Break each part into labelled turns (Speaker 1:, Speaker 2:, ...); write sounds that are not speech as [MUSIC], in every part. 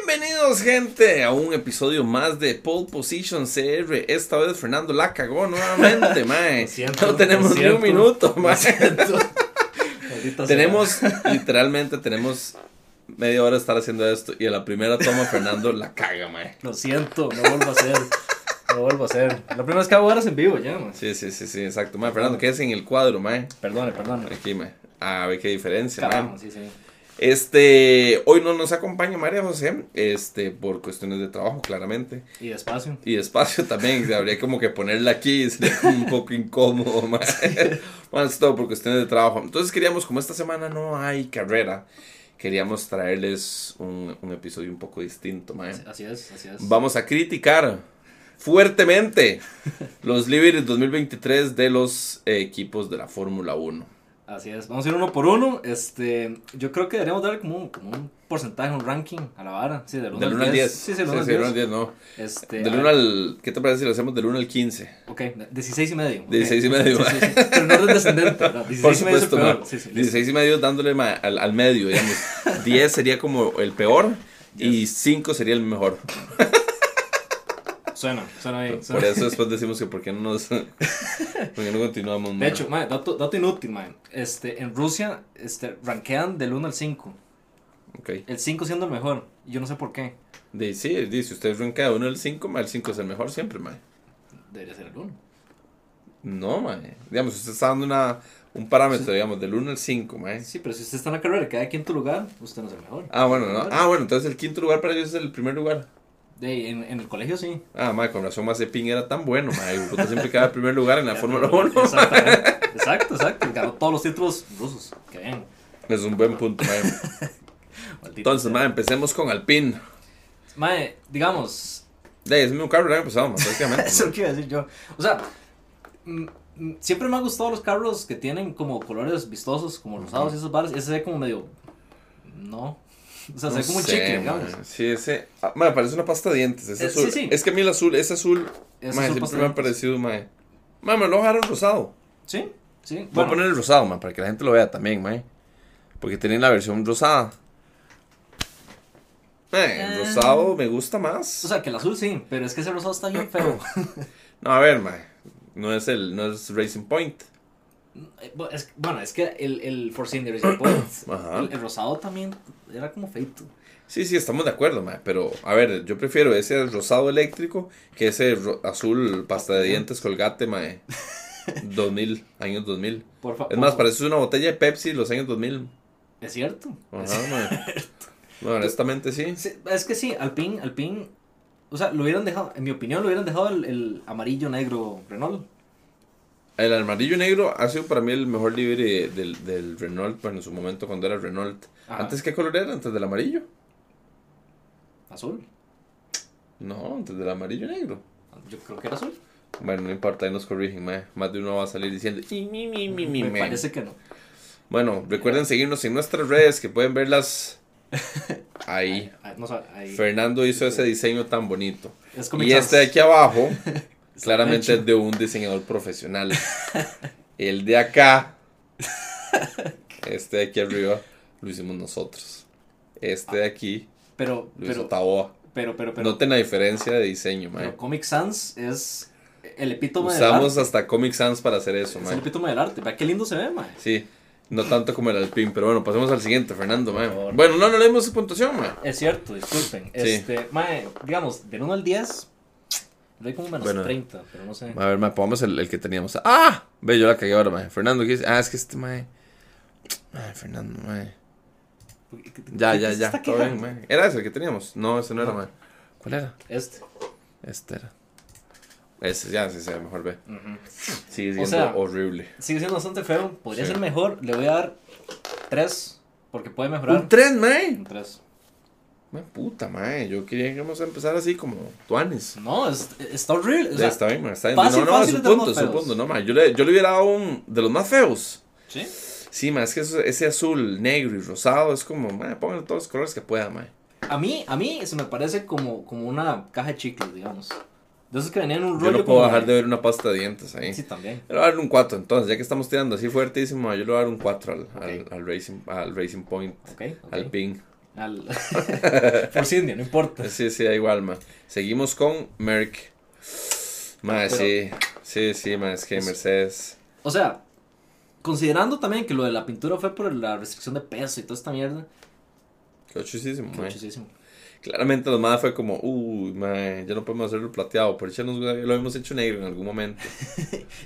Speaker 1: Bienvenidos, gente, a un episodio más de Pole Position CR. Esta vez Fernando la cagó
Speaker 2: [LAUGHS]
Speaker 1: nuevamente, [LAUGHS] mae.
Speaker 2: siento,
Speaker 1: no tenemos
Speaker 2: lo
Speaker 1: ni un
Speaker 2: siento.
Speaker 1: minuto,
Speaker 2: Lo
Speaker 1: mae. [LAUGHS]
Speaker 2: siento. Maldita sea.
Speaker 1: Tenemos, literalmente, tenemos media hora de estar haciendo esto y a la primera toma Fernando la caga, mae.
Speaker 2: Lo siento, no vuelvo a hacer. No vuelvo a hacer. La primera vez que hago horas en vivo, ya, man.
Speaker 1: Sí, sí, sí, sí, exacto, mae.
Speaker 2: Ah.
Speaker 1: Fernando, ¿qué es en el cuadro, mae?
Speaker 2: Perdone, perdone.
Speaker 1: Aquí, mae. A ver qué diferencia, mae.
Speaker 2: Carajo, sí, sí.
Speaker 1: Este, hoy no nos acompaña María José, este, por cuestiones de trabajo, claramente.
Speaker 2: Y despacio.
Speaker 1: Y espacio también, habría como que ponerla aquí, sería como un poco incómodo, [LAUGHS] más Bueno, es todo por cuestiones de trabajo. Entonces queríamos, como esta semana no hay carrera, queríamos traerles un, un episodio un poco distinto, mae.
Speaker 2: Así es, así es.
Speaker 1: Vamos a criticar
Speaker 2: [LAUGHS]
Speaker 1: fuertemente los líderes 2023 de los eh, equipos de la Fórmula 1.
Speaker 2: Así es. Vamos a ir uno por uno. Este, yo creo que deberíamos dar como un, como un porcentaje, un ranking a la vara. Sí, del 1
Speaker 1: Del 1 al 10.
Speaker 2: Sí, sí, del 1
Speaker 1: Sí,
Speaker 2: al
Speaker 1: sí, del
Speaker 2: 10.
Speaker 1: uno al 10, no.
Speaker 2: Este,
Speaker 1: Del
Speaker 2: a
Speaker 1: 1
Speaker 2: ver,
Speaker 1: al, ¿qué te parece si lo hacemos del 1 al 15?
Speaker 2: Ok, 16 y medio. ok.
Speaker 1: 16 y medio.
Speaker 2: Sí, sí, sí. Pero
Speaker 1: [LAUGHS]
Speaker 2: no orden descendente, ¿verdad? 16
Speaker 1: Por
Speaker 2: y medio es el
Speaker 1: supuesto,
Speaker 2: peor.
Speaker 1: ma.
Speaker 2: Sí, sí, listo.
Speaker 1: 16 y medio dándole ma- al, al medio, digamos.
Speaker 2: [LAUGHS]
Speaker 1: 10 sería como el peor y 5 sería el mejor.
Speaker 2: Suena, suena bien. Suena.
Speaker 1: Por eso después decimos que por qué no nos... [LAUGHS] por qué no continuamos, ma.
Speaker 2: De hecho, mae, dato, dato inútil, mae. Este, en Rusia, este, rankean del 1 al 5.
Speaker 1: Ok.
Speaker 2: El 5 siendo el mejor. y Yo no sé por qué.
Speaker 1: De, sí, de- si usted rankea uno el 5, ma, el 5 es el mejor siempre, ma.
Speaker 2: Debería ser el 1.
Speaker 1: No, ma. Digamos, usted está dando una, un parámetro, digamos, del 1 al 5, ma.
Speaker 2: Eh, Sí, pero si usted está en la carrera y queda quinto lugar, usted no es el mejor.
Speaker 1: Ah, bueno, no. Ah, bueno, entonces el quinto lugar para ellos es el primer lugar.
Speaker 2: De, ahí, en, en el colegio sí.
Speaker 1: Ah, ma, con razón Mazepin era tan bueno, ma. Y puta, siempre quedaba en primer lugar
Speaker 2: [LAUGHS]
Speaker 1: en la Fórmula 1.
Speaker 2: Exactamente. Exacto, exacto. Ganó todos los títulos rusos. Que bien.
Speaker 1: Es un buen punto, ma.
Speaker 2: Maldito
Speaker 1: Entonces,
Speaker 2: sea.
Speaker 1: ma, empecemos con Alpine.
Speaker 2: Mae, digamos,
Speaker 1: De, es mi carro el año pasado, más
Speaker 2: [LAUGHS]
Speaker 1: prácticamente.
Speaker 2: Eso que iba a decir yo. O sea, mm, mm, siempre me han gustado los carros que tienen como colores vistosos, como rosados y esos bares. Ese se ve como medio. No. O sea, se ve como un
Speaker 1: sé,
Speaker 2: chicle,
Speaker 1: man.
Speaker 2: digamos.
Speaker 1: Sí, ese. ah, mae, parece una pasta de dientes. Ese
Speaker 2: Eh,
Speaker 1: azul.
Speaker 2: sí, sí.
Speaker 1: Es que a mí el azul, ese azul.
Speaker 2: Ese
Speaker 1: mae,
Speaker 2: azul
Speaker 1: siempre
Speaker 2: pasta
Speaker 1: me
Speaker 2: de
Speaker 1: ha parecido, mae. Mae, me lo dejaron rosado.
Speaker 2: Sí, sí.
Speaker 1: Voy
Speaker 2: Bueno,
Speaker 1: a poner el rosado, mae, para que la gente lo vea también, mae. Porque tienen la versión rosada. Mae, el
Speaker 2: Ah.
Speaker 1: rosado me gusta más.
Speaker 2: o sea, que el azul sí, pero es que ese rosado está bien
Speaker 1: [COUGHS]
Speaker 2: feo.
Speaker 1: no, a ver, mae. No es el, no es Racing Point.
Speaker 2: Eh, bu- es- bueno, es que el, el Force India Racing Point,
Speaker 1: [COUGHS] Ajá.
Speaker 2: el, el rosado también era como feito.
Speaker 1: Sí, sí, estamos de acuerdo, mae. Pero, a ver, yo prefiero ese rosado eléctrico que ese ro- azul pasta de dientes colgate,
Speaker 2: [LAUGHS]
Speaker 1: mae. 2000, años 2000.
Speaker 2: Por fa-
Speaker 1: Es más,
Speaker 2: por-
Speaker 1: pareces una botella de Pepsi de los años 2000.
Speaker 2: Es cierto.
Speaker 1: Ajá,
Speaker 2: [LAUGHS]
Speaker 1: mae. Bueno, honestamente sí.
Speaker 2: Sí, es que sí, Alpine, Alpine. O sea, lo hubieran dejado, en mi opinión, lo hubieran dejado el, el amarillo negro Renault.
Speaker 1: El armadillo negro ha sido para mí el mejor libre del, del Renault, bueno, en su momento cuando era Renault.
Speaker 2: Ajá.
Speaker 1: ¿Antes qué color era? ¿Antes del amarillo?
Speaker 2: Azul.
Speaker 1: No, antes del amarillo negro.
Speaker 2: Yo creo que era azul.
Speaker 1: Bueno, no importa, ahí nos corrigen, mae. Más de uno va a salir diciendo. "Y, mi, mi, mi, mi,
Speaker 2: Me
Speaker 1: mae".
Speaker 2: parece que no.
Speaker 1: Bueno, recuerden seguirnos en nuestras redes que pueden verlas ahí.
Speaker 2: Ah, no sabe, [LAUGHS] ahí.
Speaker 1: Fernando hizo ese diseño tan bonito.
Speaker 2: Es como
Speaker 1: Y
Speaker 2: Charles.
Speaker 1: este de aquí
Speaker 2: [LAUGHS]
Speaker 1: abajo, claramente
Speaker 2: hecho.
Speaker 1: es de un diseñador profesional. El de
Speaker 2: [LAUGHS]
Speaker 1: acá, este de aquí arriba, lo hicimos nosotros. Este de aquí,
Speaker 2: Pero,
Speaker 1: lo hizo
Speaker 2: pero,
Speaker 1: Taboa.
Speaker 2: pero, pero, pero,
Speaker 1: Noten la diferencia de diseño, mae.
Speaker 2: pero Comic Sans es el epítome
Speaker 1: Usamos
Speaker 2: del arte.
Speaker 1: hasta Comic Sans para hacer eso,
Speaker 2: Es
Speaker 1: mae.
Speaker 2: el epítome del arte. Vea qué lindo se ve, mae.
Speaker 1: Sí, no tanto como el Alpine, pero bueno, pasemos al siguiente, Fernando, mae.
Speaker 2: favor.
Speaker 1: Bueno, no, no le dimos su puntuación, mae.
Speaker 2: Es cierto, disculpen. Este, mae, digamos, del 1 al 10, le doy como menos
Speaker 1: Bueno.
Speaker 2: 30, pero no sé.
Speaker 1: A ver, mae, pongamos el, el que teníamos. ¡Ah! Ve, yo la cagué ahora, mae. Fernando, ¿qué dice? Ah, es que este, mae. Ay, Fernando, mae. Ya,
Speaker 2: ¿Qué-
Speaker 1: ya,
Speaker 2: qué se
Speaker 1: ya.
Speaker 2: está
Speaker 1: todo bien,
Speaker 2: quejando?
Speaker 1: mae. Era ese el que teníamos. No, ese no era, mae. ¿Cuál era?
Speaker 2: Este.
Speaker 1: Este era. Ese, ya, sí, se mejor ve. Sigue
Speaker 2: O
Speaker 1: siendo
Speaker 2: sea-
Speaker 1: horrible.
Speaker 2: Sigue siendo bastante feo. Podría
Speaker 1: Sí.
Speaker 2: ser mejor. Le voy a dar 3, porque puede
Speaker 1: Un
Speaker 2: mejorar.
Speaker 1: tren, mae.
Speaker 2: Un 3.
Speaker 1: Mae, puta, mae. Yo quería que íbamos a empezar así como tuanes.
Speaker 2: No, es, está horrible. O
Speaker 1: Ya,
Speaker 2: sea,
Speaker 1: está bien, mae. Está bien.
Speaker 2: fácil,
Speaker 1: no, no,
Speaker 2: fácil
Speaker 1: su
Speaker 2: de los
Speaker 1: punto,
Speaker 2: más
Speaker 1: su
Speaker 2: feos.
Speaker 1: punto. No, mae. Yo le, yo le hubiera dado un de los más feos.
Speaker 2: ¿Sí?
Speaker 1: Sí, mae. Es que eso- ese azul, negro y rosado es como, mae, pónganle todos los colores que pueda, mae.
Speaker 2: A mí, a mí se me parece como, como una caja de chicles, digamos. De esos que venían en un
Speaker 1: Yo
Speaker 2: rollo.
Speaker 1: no puedo
Speaker 2: como
Speaker 1: dejar de
Speaker 2: de-
Speaker 1: ver una pasta de dientes ahí.
Speaker 2: Sí, también.
Speaker 1: Le voy a dar un 4, entonces, ya que estamos tirando así fuertísimo, yo le voy a dar un 4 al, al-
Speaker 2: Ok.
Speaker 1: al, Racing, al Racing Point,
Speaker 2: Ok, ok.
Speaker 1: al ping.
Speaker 2: Al...
Speaker 1: [LAUGHS]
Speaker 2: Force India, no importa.
Speaker 1: Sí, sí, da igual, ma. Seguimos con Merck. Ma,
Speaker 2: Ah, Pero-
Speaker 1: sí. Sí, sí, ma, es que Mercedes.
Speaker 2: O sea, considerando también que lo de la pintura fue por la restricción de peso y toda esta mierda.
Speaker 1: Qué ochísimo,
Speaker 2: qué
Speaker 1: ma.
Speaker 2: muchísimo.
Speaker 1: Claramente los más fue como, uy, ma, ya no podemos hacerlo plateado. Por eso nos- lo hemos hecho negro en algún momento.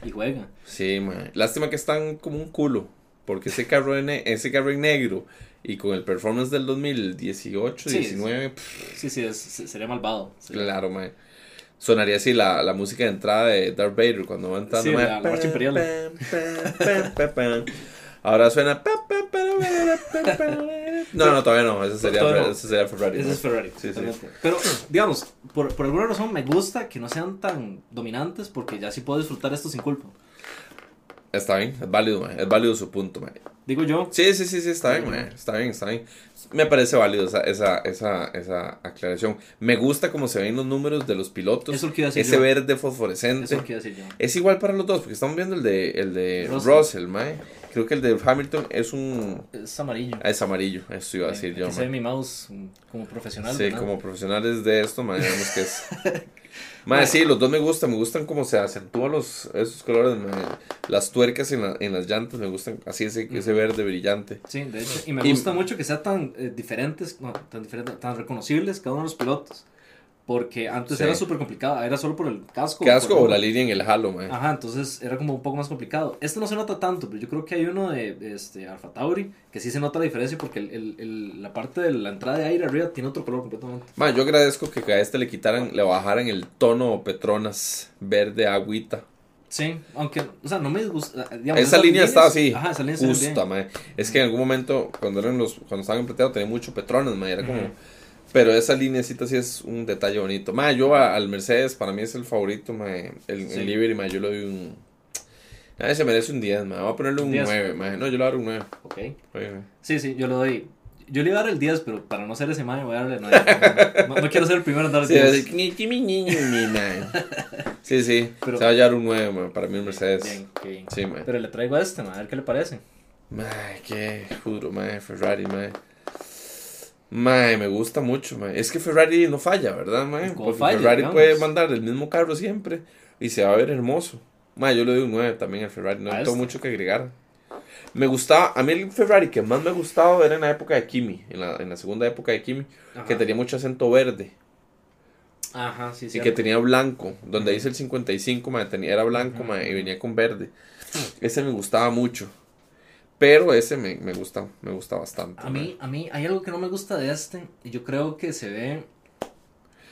Speaker 2: Y juega.
Speaker 1: Sí, ma. Lástima que están como un culo. Porque ese carro en, ne- ese carro en negro y con el performance del 2018,
Speaker 2: Sí,
Speaker 1: 19,
Speaker 2: Sí, sí, es- se- sería malvado. Sí.
Speaker 1: Claro, mae. Sonaría así la, la música de entrada de Darth Vader cuando va entrando.
Speaker 2: Sí,
Speaker 1: mae.
Speaker 2: la- la marcha imperial.
Speaker 1: Pam, pam, pam, pam, pam. Ahora suena. pa, pa, pa, pa, pa, pa, pa. No, no, todavía no. Ese sería,
Speaker 2: Todavía no.
Speaker 1: ese sería Ferrari.
Speaker 2: Ese
Speaker 1: mae.
Speaker 2: es Ferrari.
Speaker 1: Sí, sí.
Speaker 2: totalmente. Pero, digamos, por, por alguna razón me gusta que no sean tan dominantes porque ya sí puedo disfrutar esto sin culpa.
Speaker 1: Está bien, es válido, mae. Es válido su punto, mae.
Speaker 2: Digo yo,
Speaker 1: Sí, sí, sí, sí, está bien, mae. Está bien, está bien. Me parece válido esa, esa, esa, esa aclaración. Me gusta cómo se ven los números de los pilotos.
Speaker 2: Eso lo que iba a decir
Speaker 1: Ese
Speaker 2: yo.
Speaker 1: verde
Speaker 2: eso
Speaker 1: fosforescente.
Speaker 2: lo quiero decir yo.
Speaker 1: Es igual para los dos, porque estamos viendo el de, el de
Speaker 2: Russell.
Speaker 1: Russell, mae. Creo que el de Hamilton es un...
Speaker 2: Es amarillo.
Speaker 1: ah, Es amarillo, eso iba a decir
Speaker 2: Aquí
Speaker 1: yo,
Speaker 2: se ve
Speaker 1: mae.
Speaker 2: mi mouse mm, como profesional.
Speaker 1: Sí,
Speaker 2: ¿verdad?
Speaker 1: como profesionales de esto, mae, vemos que
Speaker 2: [LAUGHS]
Speaker 1: es... Mae, sí, los dos me gustan, me gustan cómo se acentúan los, esos colores, mae. Las tuercas en, la- en las llantas me gustan, así ese, ese verde brillante.
Speaker 2: Sí, de hecho. Y me
Speaker 1: Y-
Speaker 2: gusta mucho que sean tan eh, diferentes, no, tan diferentes, tan reconocibles cada uno de los pilotos. Porque antes
Speaker 1: Sí.
Speaker 2: era súper complicado, era solo por el casco.
Speaker 1: Casco
Speaker 2: por-
Speaker 1: o la línea en el halo, mae.
Speaker 2: Ajá, entonces era como un poco más complicado. Este no se nota tanto, pero yo creo que hay uno de este, Alfa Tauri que sí se nota la diferencia porque el- el- el- la parte de la entrada de aire arriba tiene otro color completamente.
Speaker 1: Mae, yo agradezco que a este le quitaran, le bajaran el tono Petronas verde agüita.
Speaker 2: Sí, aunque, o sea, no me gusta.
Speaker 1: Esa línea está así,
Speaker 2: Ajá, esa línea se ve bien.
Speaker 1: Justa, mae. Es que en algún momento, cuando eran los, cuando estaban en plateado, tenía mucho petronas, mae. Era como.
Speaker 2: Ujú.
Speaker 1: Pero esa linecita sí es un detalle bonito. Mae, yo a- al Mercedes, para mí es el favorito, mae. El, el
Speaker 2: Sí.
Speaker 1: Liberty, mae, yo le doy un. Nadie se merece un 10, mae. Voy a ponerle un
Speaker 2: Diez.
Speaker 1: 9, mae. No, yo le voy a dar un 9.
Speaker 2: Ok.
Speaker 1: Oye, mae.
Speaker 2: Sí, sí, yo le doy. Yo le iba a dar el 10, pero para no ser ese man, voy a darle 9. No, no quiero ser el primero en dar el
Speaker 1: Sí, va a
Speaker 2: 10.
Speaker 1: decir, "Ni- ni- ni- ni- ni- ni,
Speaker 2: [LAUGHS]
Speaker 1: mae". sí, sí.
Speaker 2: Pero-
Speaker 1: se va a llevar un 9, mae, para mí el Mercedes.
Speaker 2: Bien, qué bien.
Speaker 1: Sí, mae.
Speaker 2: Pero le traigo a este, ma, a ver qué le parece.
Speaker 1: Mae, qué juro, mae, Ferrari, mae. Mae, me gusta mucho, mae. Es que Ferrari no falla, ¿verdad, mae?
Speaker 2: No
Speaker 1: Porque
Speaker 2: falla,
Speaker 1: Ferrari
Speaker 2: digamos.
Speaker 1: puede mandar el mismo carro siempre y se va a ver hermoso. Mae, yo le doy un 9 también al Ferrari, no
Speaker 2: A
Speaker 1: tengo
Speaker 2: este.
Speaker 1: mucho que agregar. Me gustaba, a mí el Ferrari que más me gustaba era en la época de Kimi, en la, en la segunda época de Kimi,
Speaker 2: Ajá.
Speaker 1: que tenía mucho acento verde
Speaker 2: Ajá, sí, sí.
Speaker 1: y que tenía blanco, donde dice el 55, mae, tenía, era blanco, mae, y venía con verde. Ese me gustaba mucho. Pero ese me, me gusta, me gusta bastante.
Speaker 2: A mí, a mí hay algo que no me gusta de este y yo creo que se ve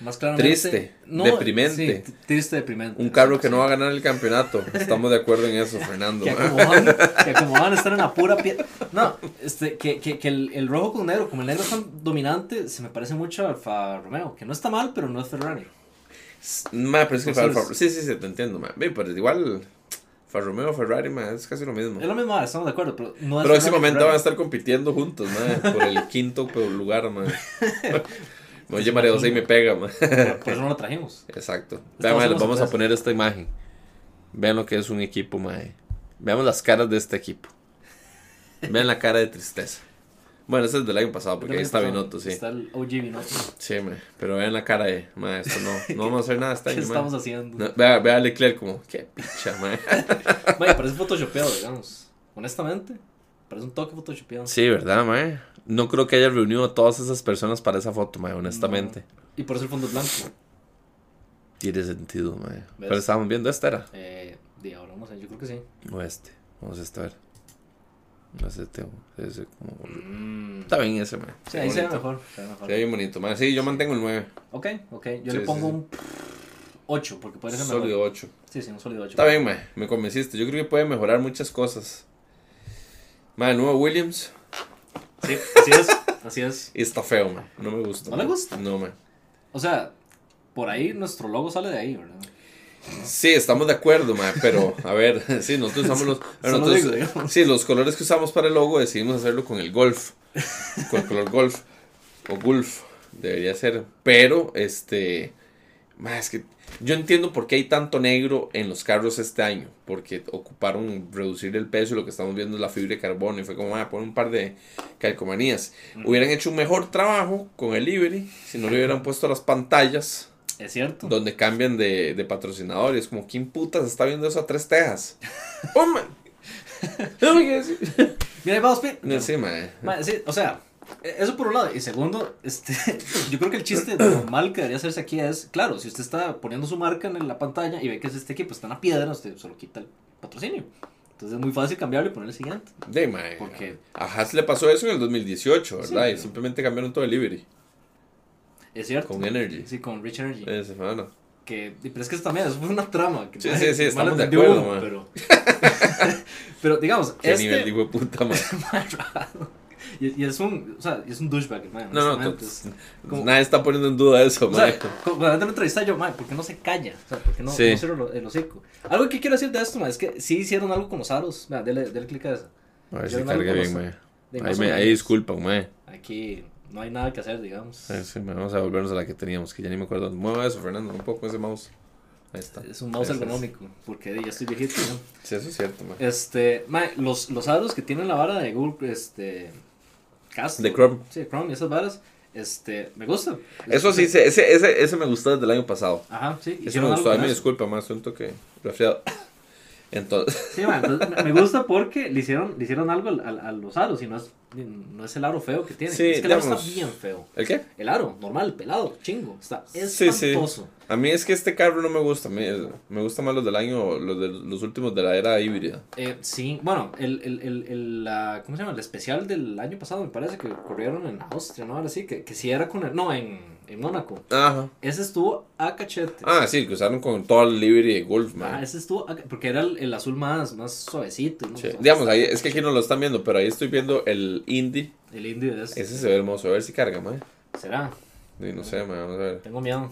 Speaker 2: más claramente.
Speaker 1: Triste, deprimente.
Speaker 2: sí, t- triste, deprimente.
Speaker 1: mae. Un carro
Speaker 2: Sí,
Speaker 1: que no
Speaker 2: sí.
Speaker 1: va a ganar el campeonato. Estamos de acuerdo en
Speaker 2: [LAUGHS]
Speaker 1: eso, Fernando.
Speaker 2: Que
Speaker 1: mae.
Speaker 2: como, van,
Speaker 1: [LAUGHS]
Speaker 2: que como van a estar en la pura piedra. No, este, que, que, que el, el rojo con negro, como el negro es tan dominante, se me parece mucho a Alfa Romeo, que no está mal, pero no es Ferrari.
Speaker 1: Mae, pero es que
Speaker 2: Entonces-
Speaker 1: Alfa- Sí, sí, sí, te entiendo, mae. Ve, Pero igual, Alfa Romeo, Ferrari, mae, es casi lo mismo.
Speaker 2: Es lo mismo, ah, estamos de acuerdo, pero no es
Speaker 1: Próximamente van a
Speaker 2: Ferrari,
Speaker 1: estar compitiendo juntos, mae, por
Speaker 2: [LAUGHS]
Speaker 1: el quinto lugar, mae. Me oye María José y me pega, mae.
Speaker 2: Ferrari. [LAUGHS] Por, por eso no
Speaker 1: [LAUGHS]
Speaker 2: lo trajimos.
Speaker 1: Exacto. Vean,
Speaker 2: Estamos
Speaker 1: mae,
Speaker 2: en
Speaker 1: les
Speaker 2: una
Speaker 1: vamos a
Speaker 2: sorpresa.
Speaker 1: poner esta imagen. Vean lo que es un equipo, mae. Veamos las caras de este equipo. Vean la cara de tristeza. Bueno, ese es del año pasado, porque ahí está Binotto, sí.
Speaker 2: Está el OG Binotto.
Speaker 1: Sí, mae. Pero vean la cara de, mae, esto no, no vamos a hacer nada este
Speaker 2: [LAUGHS] ¿Qué
Speaker 1: año, mae.
Speaker 2: estamos haciendo? [LAUGHS]
Speaker 1: No, vea, vea a Leclerc como, qué picha, mae.
Speaker 2: Vaya, parece photoshopeado, digamos. Honestamente, parece un toque photoshopeado.
Speaker 1: Sí, ¿verdad, mae? No creo que haya reunido a todas esas personas para esa foto, mae, honestamente.
Speaker 2: Y por eso el fondo es blanco.
Speaker 1: Tiene sentido, mae.
Speaker 2: ¿Ves?
Speaker 1: Pero estábamos viendo esta, ¿era?
Speaker 2: Eh, de ahora, no sé, yo creo que sí.
Speaker 1: O este. Vamos a este, a ver. No es este, ese como...
Speaker 2: Mm.
Speaker 1: Está bien ese, man.
Speaker 2: Sí, ahí se ve mejor. Se ve mejor.
Speaker 1: Se ve bien bonito, man. Sí, yo mantengo el 9.
Speaker 2: Ok, ok. Yo
Speaker 1: Sí,
Speaker 2: le
Speaker 1: sí,
Speaker 2: pongo
Speaker 1: sí.
Speaker 2: un 8, porque puede ser mejor.
Speaker 1: Sólido 8.
Speaker 2: Sí, sí, un sólido 8.
Speaker 1: Está bien, man. Me convenciste. Yo creo que puede mejorar muchas cosas. Man, el nuevo Williams
Speaker 2: Sí, así es, así es.
Speaker 1: está feo, man. No me gusta.
Speaker 2: ¿No
Speaker 1: man.
Speaker 2: le gusta?
Speaker 1: No, man.
Speaker 2: O sea, por ahí nuestro logo sale de ahí, ¿verdad?
Speaker 1: Sí, estamos de acuerdo, man. Pero, a ver, [LAUGHS] sí, nosotros usamos los.
Speaker 2: Solo
Speaker 1: nosotros-
Speaker 2: digo, digamos.
Speaker 1: sí, los colores que usamos para el logo decidimos hacerlo con el golf. Con el color golf. O golf. Debería ser. Pero, este. Man, es que Yo entiendo por qué hay tanto negro en los carros este año, porque ocuparon reducir el peso y lo que estamos viendo es la fibra de carbono y fue como, ah, poner un par de calcomanías. Hubieran hecho un mejor trabajo con el livery si no le hubieran puesto las pantallas
Speaker 2: Es cierto.
Speaker 1: donde cambian de, de patrocinador y es como, ¿quién putas está viendo eso a tres
Speaker 2: [LAUGHS]
Speaker 1: tejas? ¡Oh, man! [LAUGHS] No me quiero decir.
Speaker 2: Mira, ahí vamos, Pete.
Speaker 1: No, sí, mae.
Speaker 2: Ma, sí, o sea, e- eso por un lado. Y segundo, este, [LAUGHS] yo creo que el
Speaker 1: [CLEARS THROAT]
Speaker 2: chiste normal que debería hacerse aquí es, claro, si usted está poniendo su marca en la pantalla y ve que es este equipo, está en la piedra, usted solo quita el patrocinio. Entonces es muy fácil cambiarlo y poner el siguiente.
Speaker 1: De, mae.
Speaker 2: ¿Por qué?
Speaker 1: A Haas le pasó eso en el 2018, ¿verdad?
Speaker 2: Sí,
Speaker 1: y
Speaker 2: pero-
Speaker 1: simplemente cambiaron todo el livery.
Speaker 2: Es cierto.
Speaker 1: Con Energy.
Speaker 2: Sí, con Rich Energy.
Speaker 1: Esa semana.
Speaker 2: Que, y- pero es que eso también eso fue una trama. Que,
Speaker 1: Sí, sí, sí,
Speaker 2: que
Speaker 1: estamos
Speaker 2: mal
Speaker 1: de
Speaker 2: entendió
Speaker 1: acuerdo,
Speaker 2: uno,
Speaker 1: ma.
Speaker 2: Pero, [LAUGHS] pero digamos,
Speaker 1: Qué
Speaker 2: este- [LAUGHS]
Speaker 1: nivel digo puta, mae.
Speaker 2: y, y es un, o sea, y es un douchebag, man,
Speaker 1: No, no,
Speaker 2: honestamente,
Speaker 1: to-
Speaker 2: es-
Speaker 1: Como-
Speaker 2: como-
Speaker 1: Nadie está poniendo en duda eso,
Speaker 2: O sea,
Speaker 1: mae.
Speaker 2: cu- cuando antes lo entrevista yo, madre, ¿por qué no se calla? O sea, ¿por qué no,
Speaker 1: Sí.
Speaker 2: no cierra lo- el hocico? Algo que quiero decir de esto, madre, es que sí hicieron algo con los aros. Mira, dele, dele clic a esa.
Speaker 1: A ver
Speaker 2: yo
Speaker 1: si
Speaker 2: no lo
Speaker 1: carga bien,
Speaker 2: conozco.
Speaker 1: mae.
Speaker 2: De
Speaker 1: Ahí,
Speaker 2: más o
Speaker 1: me,
Speaker 2: menos.
Speaker 1: ahí disculpan, mae.
Speaker 2: Aquí no hay nada que hacer, digamos.
Speaker 1: A ver si- mae, Vamos a volvernos a la que teníamos, que ya ni me acuerdo. Mueva eso, Fernando, un poco ese mouse. Ahí está.
Speaker 2: Es un mouse
Speaker 1: Eso es.
Speaker 2: ergonómico, porque de, ya estoy viejito, ¿no?
Speaker 1: Sí, eso es cierto, mae.
Speaker 2: Este, mae, los, los aros que tienen la vara de Google, este, Cast.
Speaker 1: De Chrome.
Speaker 2: Sí, Chrome y esas varas, este, me gustan.
Speaker 1: Eso sí, se- ese, ese, ese me gustó desde el año pasado.
Speaker 2: Ajá, sí.
Speaker 1: Ese
Speaker 2: hicieron
Speaker 1: me
Speaker 2: algo
Speaker 1: gustó. Ay,
Speaker 2: con
Speaker 1: me
Speaker 2: eso.
Speaker 1: disculpa, mae, siento que resfriado. [LAUGHS] Entonces,
Speaker 2: Sí, man, entonces, me- me gusta porque le hicieron, le hicieron algo al- al- a los aros y no es, no es el aro feo que tiene.
Speaker 1: Sí,
Speaker 2: es que el aro
Speaker 1: digamos.
Speaker 2: está bien feo.
Speaker 1: ¿el qué?
Speaker 2: El aro, normal, pelado, chingo. Está
Speaker 1: Sí, sí.
Speaker 2: espantoso.
Speaker 1: A mí es que este carro no me gusta. Me, me gustan más los del año, los, de, los últimos de la era híbrida.
Speaker 2: Eh, sí, bueno, el, el, el, el, la- ¿cómo se llama? El especial del año pasado, me parece que corrieron en Austria, ¿no? Ahora sí, que, que sí era con el. No, en, en Mónaco.
Speaker 1: Ajá.
Speaker 2: Ese estuvo a cachete.
Speaker 1: Ah, sí, que usaron con todo el Liberty de Golf, man.
Speaker 2: Ah, ese estuvo a ca- porque era el, el azul más, más suavecito. ¿no?
Speaker 1: Sí. Digamos, ahí, es que aquí no lo están viendo, pero ahí estoy viendo el indie.
Speaker 2: El indie de ese.
Speaker 1: Ese se ve hermoso. A ver si carga, man.
Speaker 2: ¿Será?
Speaker 1: Y no sé, man. Vamos a ver.
Speaker 2: Tengo miedo.